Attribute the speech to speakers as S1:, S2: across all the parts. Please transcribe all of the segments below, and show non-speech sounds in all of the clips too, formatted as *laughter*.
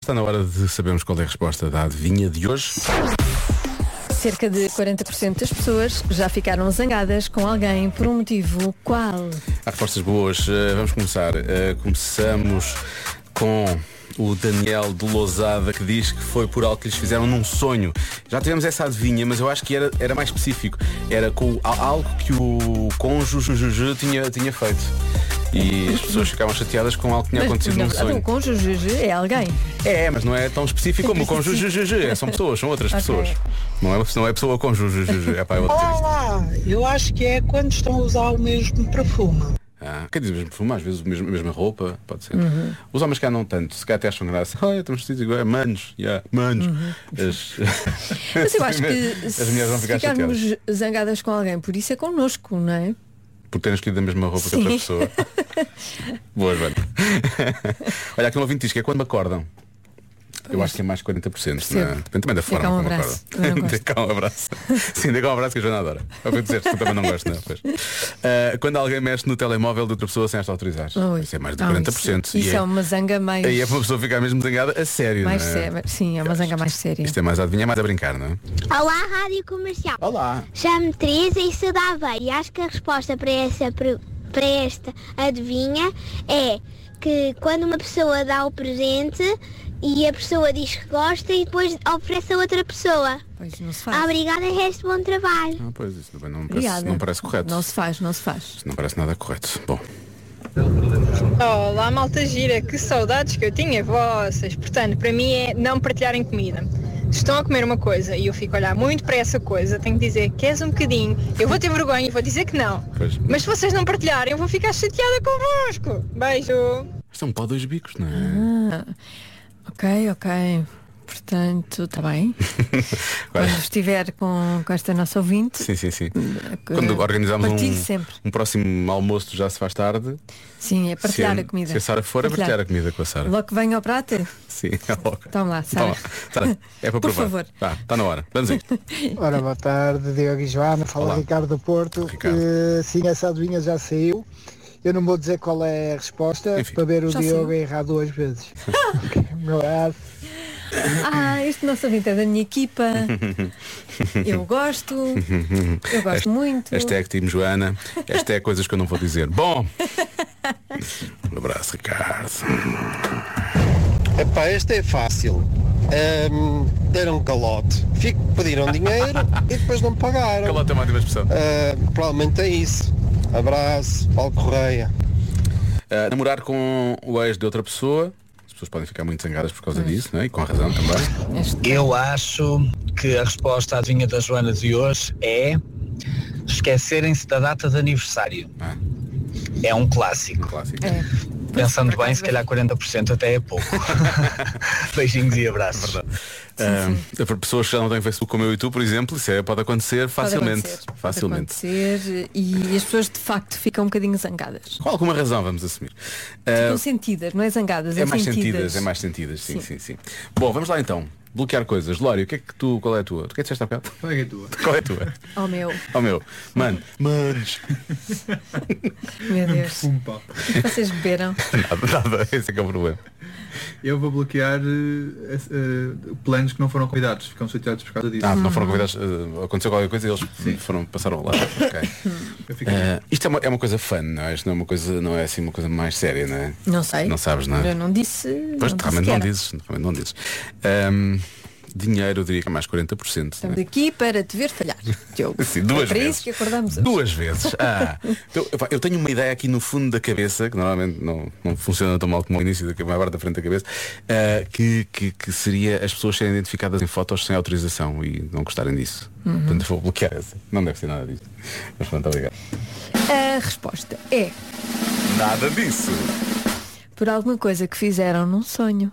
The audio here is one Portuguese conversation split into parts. S1: Está na hora de sabermos qual é a resposta da adivinha de hoje.
S2: Cerca de 40% das pessoas já ficaram zangadas com alguém por um motivo qual?
S1: Há respostas boas. Eh, vamos começar. Eh, começamos com o Daniel de Lousada que diz que foi por algo que lhes fizeram num sonho. Já tivemos essa adivinha, mas eu acho que era, era mais específico. Era com a- algo que o cônjuge juju tinha, tinha feito. E as pessoas ficavam chateadas com algo que tinha acontecido num
S2: não, o
S1: sonho.
S2: cônjuge é alguém.
S1: É, mas não é tão específico como o cônjuge juju. É, são pessoas, são outras
S2: Ok.
S1: pessoas. Não é, não é pessoa cônjuge juju. É pá, eu vou
S3: *laughs*
S1: dizer isto.
S3: Olá, eu acho que é quando estão a usar o mesmo perfume.
S1: Ah, quer dizer, o mesmo perfume, às vezes o mesmo- a mesma roupa, pode ser.
S2: Uhum.
S1: Os homens cá não tanto, se cá até acham graça. *laughs* Olha, estamos vestidos igual, é manos, yeah, manos.
S2: Uhum.
S1: As, *laughs*
S2: Mas eu acho que
S1: as mulheres vão
S2: se
S1: ficar chateadas
S2: ficarmos zangadas com alguém, por isso é connosco, não é?
S1: por terem escolhido a mesma roupa que outra
S2: Sim. *laughs*
S1: pessoa. Boa, Joana. *laughs* Olha, aqui um ouvinte diz que é quando me acordam. Eu acho que é mais 40%.
S2: Percebo.
S1: Né? Depende também da forma
S2: cá um
S1: como
S2: abraço.
S1: acordam. *laughs*
S2: Eu não gosto.
S1: Dê cá um abraço. Sim, dê cá um abraço que a Joana adora. É o que eu dizer, que eu também não gosto, não é? Pois. Ah, quando alguém mexe no telemóvel de outra pessoa sem esta autorizar.
S2: Oi.
S1: Isso é mais de
S2: Não,
S1: 40%.
S2: Isso,
S1: e
S2: isso é...
S1: é-
S2: uma zanga mais,
S1: Aí é para uma pessoa ficar mesmo zangada a sério,
S2: mais
S1: não é?
S2: séria. Sim, é uma zanga mais séria.
S1: Isto é mais a adivinha, é mais a brincar, não é?
S4: Olá, Rádio Comercial.
S1: Olá!
S4: Chamo-me Teresa e sou da Aveiro. E acho que a resposta para, essa, pre- para esta adivinha é que quando uma pessoa dá o presente e a pessoa diz que gosta e depois oferece a outra pessoa.
S2: Pois não se faz.
S4: Obrigada e resto bom trabalho.
S1: Ah, pois isso também não parece,
S2: Obrigada.
S1: não parece correto.
S2: Não se faz, não se faz.
S1: Isso Não parece nada correto. Bom,
S5: Olá, malta gira, que saudades que eu tinha vossas. Portanto, para mim é não partilharem comida. Se Estão a comer uma coisa e eu fico a olhar muito para essa coisa, tenho que dizer, queres um bocadinho? Eu vou ter vergonha e vou dizer que não.
S1: Pois.
S5: Mas se vocês não partilharem, eu vou ficar chateada convosco. Beijo!
S1: isto é um pau dois bicos, não é?
S2: Uhum. Ok, ok. Portanto,
S1: *laughs*
S2: está bem.
S1: *laughs* Agora-
S2: Quando estiver com, com esta nossa ouvinte,
S1: Sim, sim, sim. Quando organizamos
S2: partilhe
S1: um,
S2: Uhum. sempre.
S1: um próximo almoço já se faz tarde.
S2: Sim, é partilhar
S1: se
S2: a comida.
S1: Se a Sara for, é partilhar a comida com a Sara.
S2: Logo que venha ao prato,
S1: Sim, *laughs* é logo.
S2: Toma lá, Sara.
S1: Toma lá. Sara, É para
S2: Por
S1: provar.
S2: favor.
S1: Está na hora.
S2: *laughs*
S1: Vamos a isto.
S6: Ora, boa tarde, Diogo e Joana. Fala
S1: Olá.
S6: Ricardo do Porto.
S1: Ricardo.
S6: Eh, sim, essa adivinha já saiu. Eu não vou dizer qual é a resposta
S1: Enfim.
S6: para ver o
S2: Já
S6: Diogo
S2: saiu.
S6: errar duas
S1: *laughs*
S6: vezes. Meu ar.
S2: ah, este nosso ouvinte é da
S1: *laughs*
S2: minha equipa, eu gosto, eu gosto muito.
S1: Hashtag Team Joana. Esta é coisas que eu não vou dizer.
S2: *laughs*
S1: Bom! Um abraço, Ricardo.
S7: Epá, esta é fácil. Ahm, deram calote. Fico, pediram dinheiro e depois não pagaram.
S1: Calota é uma ótima expressão.
S7: Ahm, provavelmente é isso. Abraço, Paulo Correia.
S1: Uh, namorar com o ex de outra pessoa. As pessoas podem ficar muito zangadas por causa disso, não é? E com razão também.
S3: Eu acho que a resposta à adivinha da Joana de hoje é esquecerem-se da data de aniversário.
S1: Ah.
S3: É um clássico.
S1: Clássico.
S2: É.
S3: Pensando bem, se calhar 40% até
S1: *laughs*
S3: é pouco. Beijinhos e abraços.
S1: Uh, para pessoas que já não têm Facebook como eu e tu, por exemplo, isso é- pode acontecer
S2: Pode
S1: facilmente.
S2: acontecer, pode
S1: facilmente.
S2: acontecer, e as pessoas de facto ficam um bocadinho zangadas.
S1: Com alguma razão, vamos assumir.
S2: Ficam
S1: Uh,
S2: sentidas, não é zangadas, é,
S1: é mais
S2: sentidas.
S1: sentidas, é mais sentidas, sim, sim, sim. Bom, vamos lá então. Bloquear coisas. Lório, o que é que tu, qual é a tua? Tu que é que disseste há bocado? *laughs* Qual é a tua? Qual é a tua?
S2: Oh meu,
S1: Oh meu. Mano. Manos. *laughs*
S2: meu Deus. Vocês beberam.
S1: Nada, nada, esse é que é o problema.
S8: Eu vou bloquear eh, esse, eh, planos que não foram convidados, ficam chateados por causa disso.
S1: Ah, não foram convidados, uh, aconteceu qualquer coisa e eles foram, passaram lá. Ok.
S8: Eu fico-
S1: Eh, isto é uma, é uma coisa fun, não é? Isto não é uma coisa, não é assim uma coisa mais séria, não é?
S2: Não sei.
S1: Não sabes, não é?
S2: Eu não disse.
S1: Pois
S2: não disse
S1: realmente
S2: que
S1: não
S2: era.
S1: dizes, realmente não dizes. Ahm, dinheiro eu diria que é mais 40%.
S2: Estamos
S1: né?
S2: aqui para te ver falhar, Diogo.
S1: Sim, duas
S2: é para
S1: vezes.
S2: isso que acordamos hoje.
S1: Duas vezes. Ah, então, epá, eu tenho uma ideia aqui no fundo da cabeça, que normalmente não, não funciona tão mal como o início da cabeça, da frente da cabeça, ah, que, que, que seria as pessoas serem identificadas em fotos sem autorização e não gostarem disso. Portanto, vou bloquear essa. Não deve ser nada disso. Mas pronto, obrigado.
S2: A resposta é
S1: Nada disso.
S2: por alguma coisa que fizeram num sonho.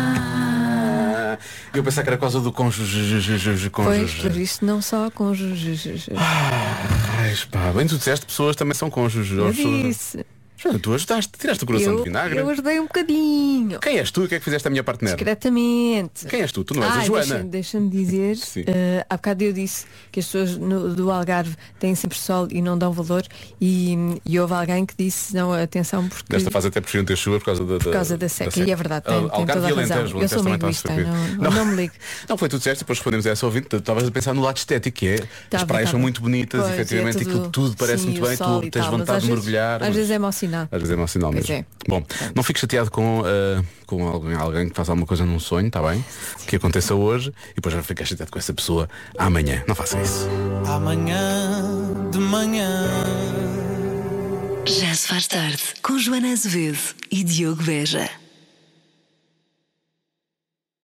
S1: Ah. Eu pensava que era por causa do cônjuge. ju- ju- ju- ju-
S2: Pois,
S1: cônjuge.
S2: por isso não só cônjuges.
S1: Ai, pá, bem tu disseste, pessoas também são cônjuges.
S2: Eu
S1: Ou pessoas-
S2: disse.
S1: Joana, tu ajudaste, tiraste o coração de
S2: Eu,
S1: vinagre.
S2: eu ajudei um bocadinho.
S1: Quem és tu e o que é que fizeste a minha partner?
S2: Discretamente.
S1: Quem és tu? Tu não és a
S2: Ai,
S1: Joana.
S2: deixa- Deixa-me
S1: *laughs*
S2: dizer,
S1: Sim.
S2: eh, há bocado eu disse que as pessoas no- do Algarve têm sempre sol e não dão valor e, e houve alguém que disse, não, atenção, porque
S1: Nesta fase até preferiram ter chuva por causa da,
S2: por causa da seca. E é verdade, tem, tem
S1: Algarve
S2: toda a
S1: e Alentejo,
S2: razão. Eu
S1: Alentejo
S2: sou
S1: também está a
S2: linguista,
S1: sofrer.
S2: não, não, me ligo.
S1: *laughs* Não foi tudo certo, depois respondemos a essa ouvinte, tu estavas a pensar no lado estético, que é as
S2: Tava,
S1: praias são
S2: tava.
S1: muito bonitas,
S2: Pois, é
S1: efetivamente
S2: tudo-
S1: aquilo tudo parece
S2: sim,
S1: muito
S2: o
S1: bem,
S2: sol
S1: tu
S2: e
S1: tens
S2: tal, mas
S1: vontade
S2: às
S1: de
S2: vezes-
S1: mergulhar.
S2: Às
S1: mas-
S2: vezes é mau sinal.
S1: Às vezes é mau sinal
S2: Pois
S1: mesmo.
S2: é.
S1: Bom, não fiques chateado com, ah, com alguém, alguém que faz alguma coisa num sonho, está bem? Que aconteça hoje e depois vai ficar chateado com essa pessoa amanhã. Não faça isso.
S9: Amanhã de manhã.
S10: Já se faz tarde com Joana Azevedo e Diogo Beja.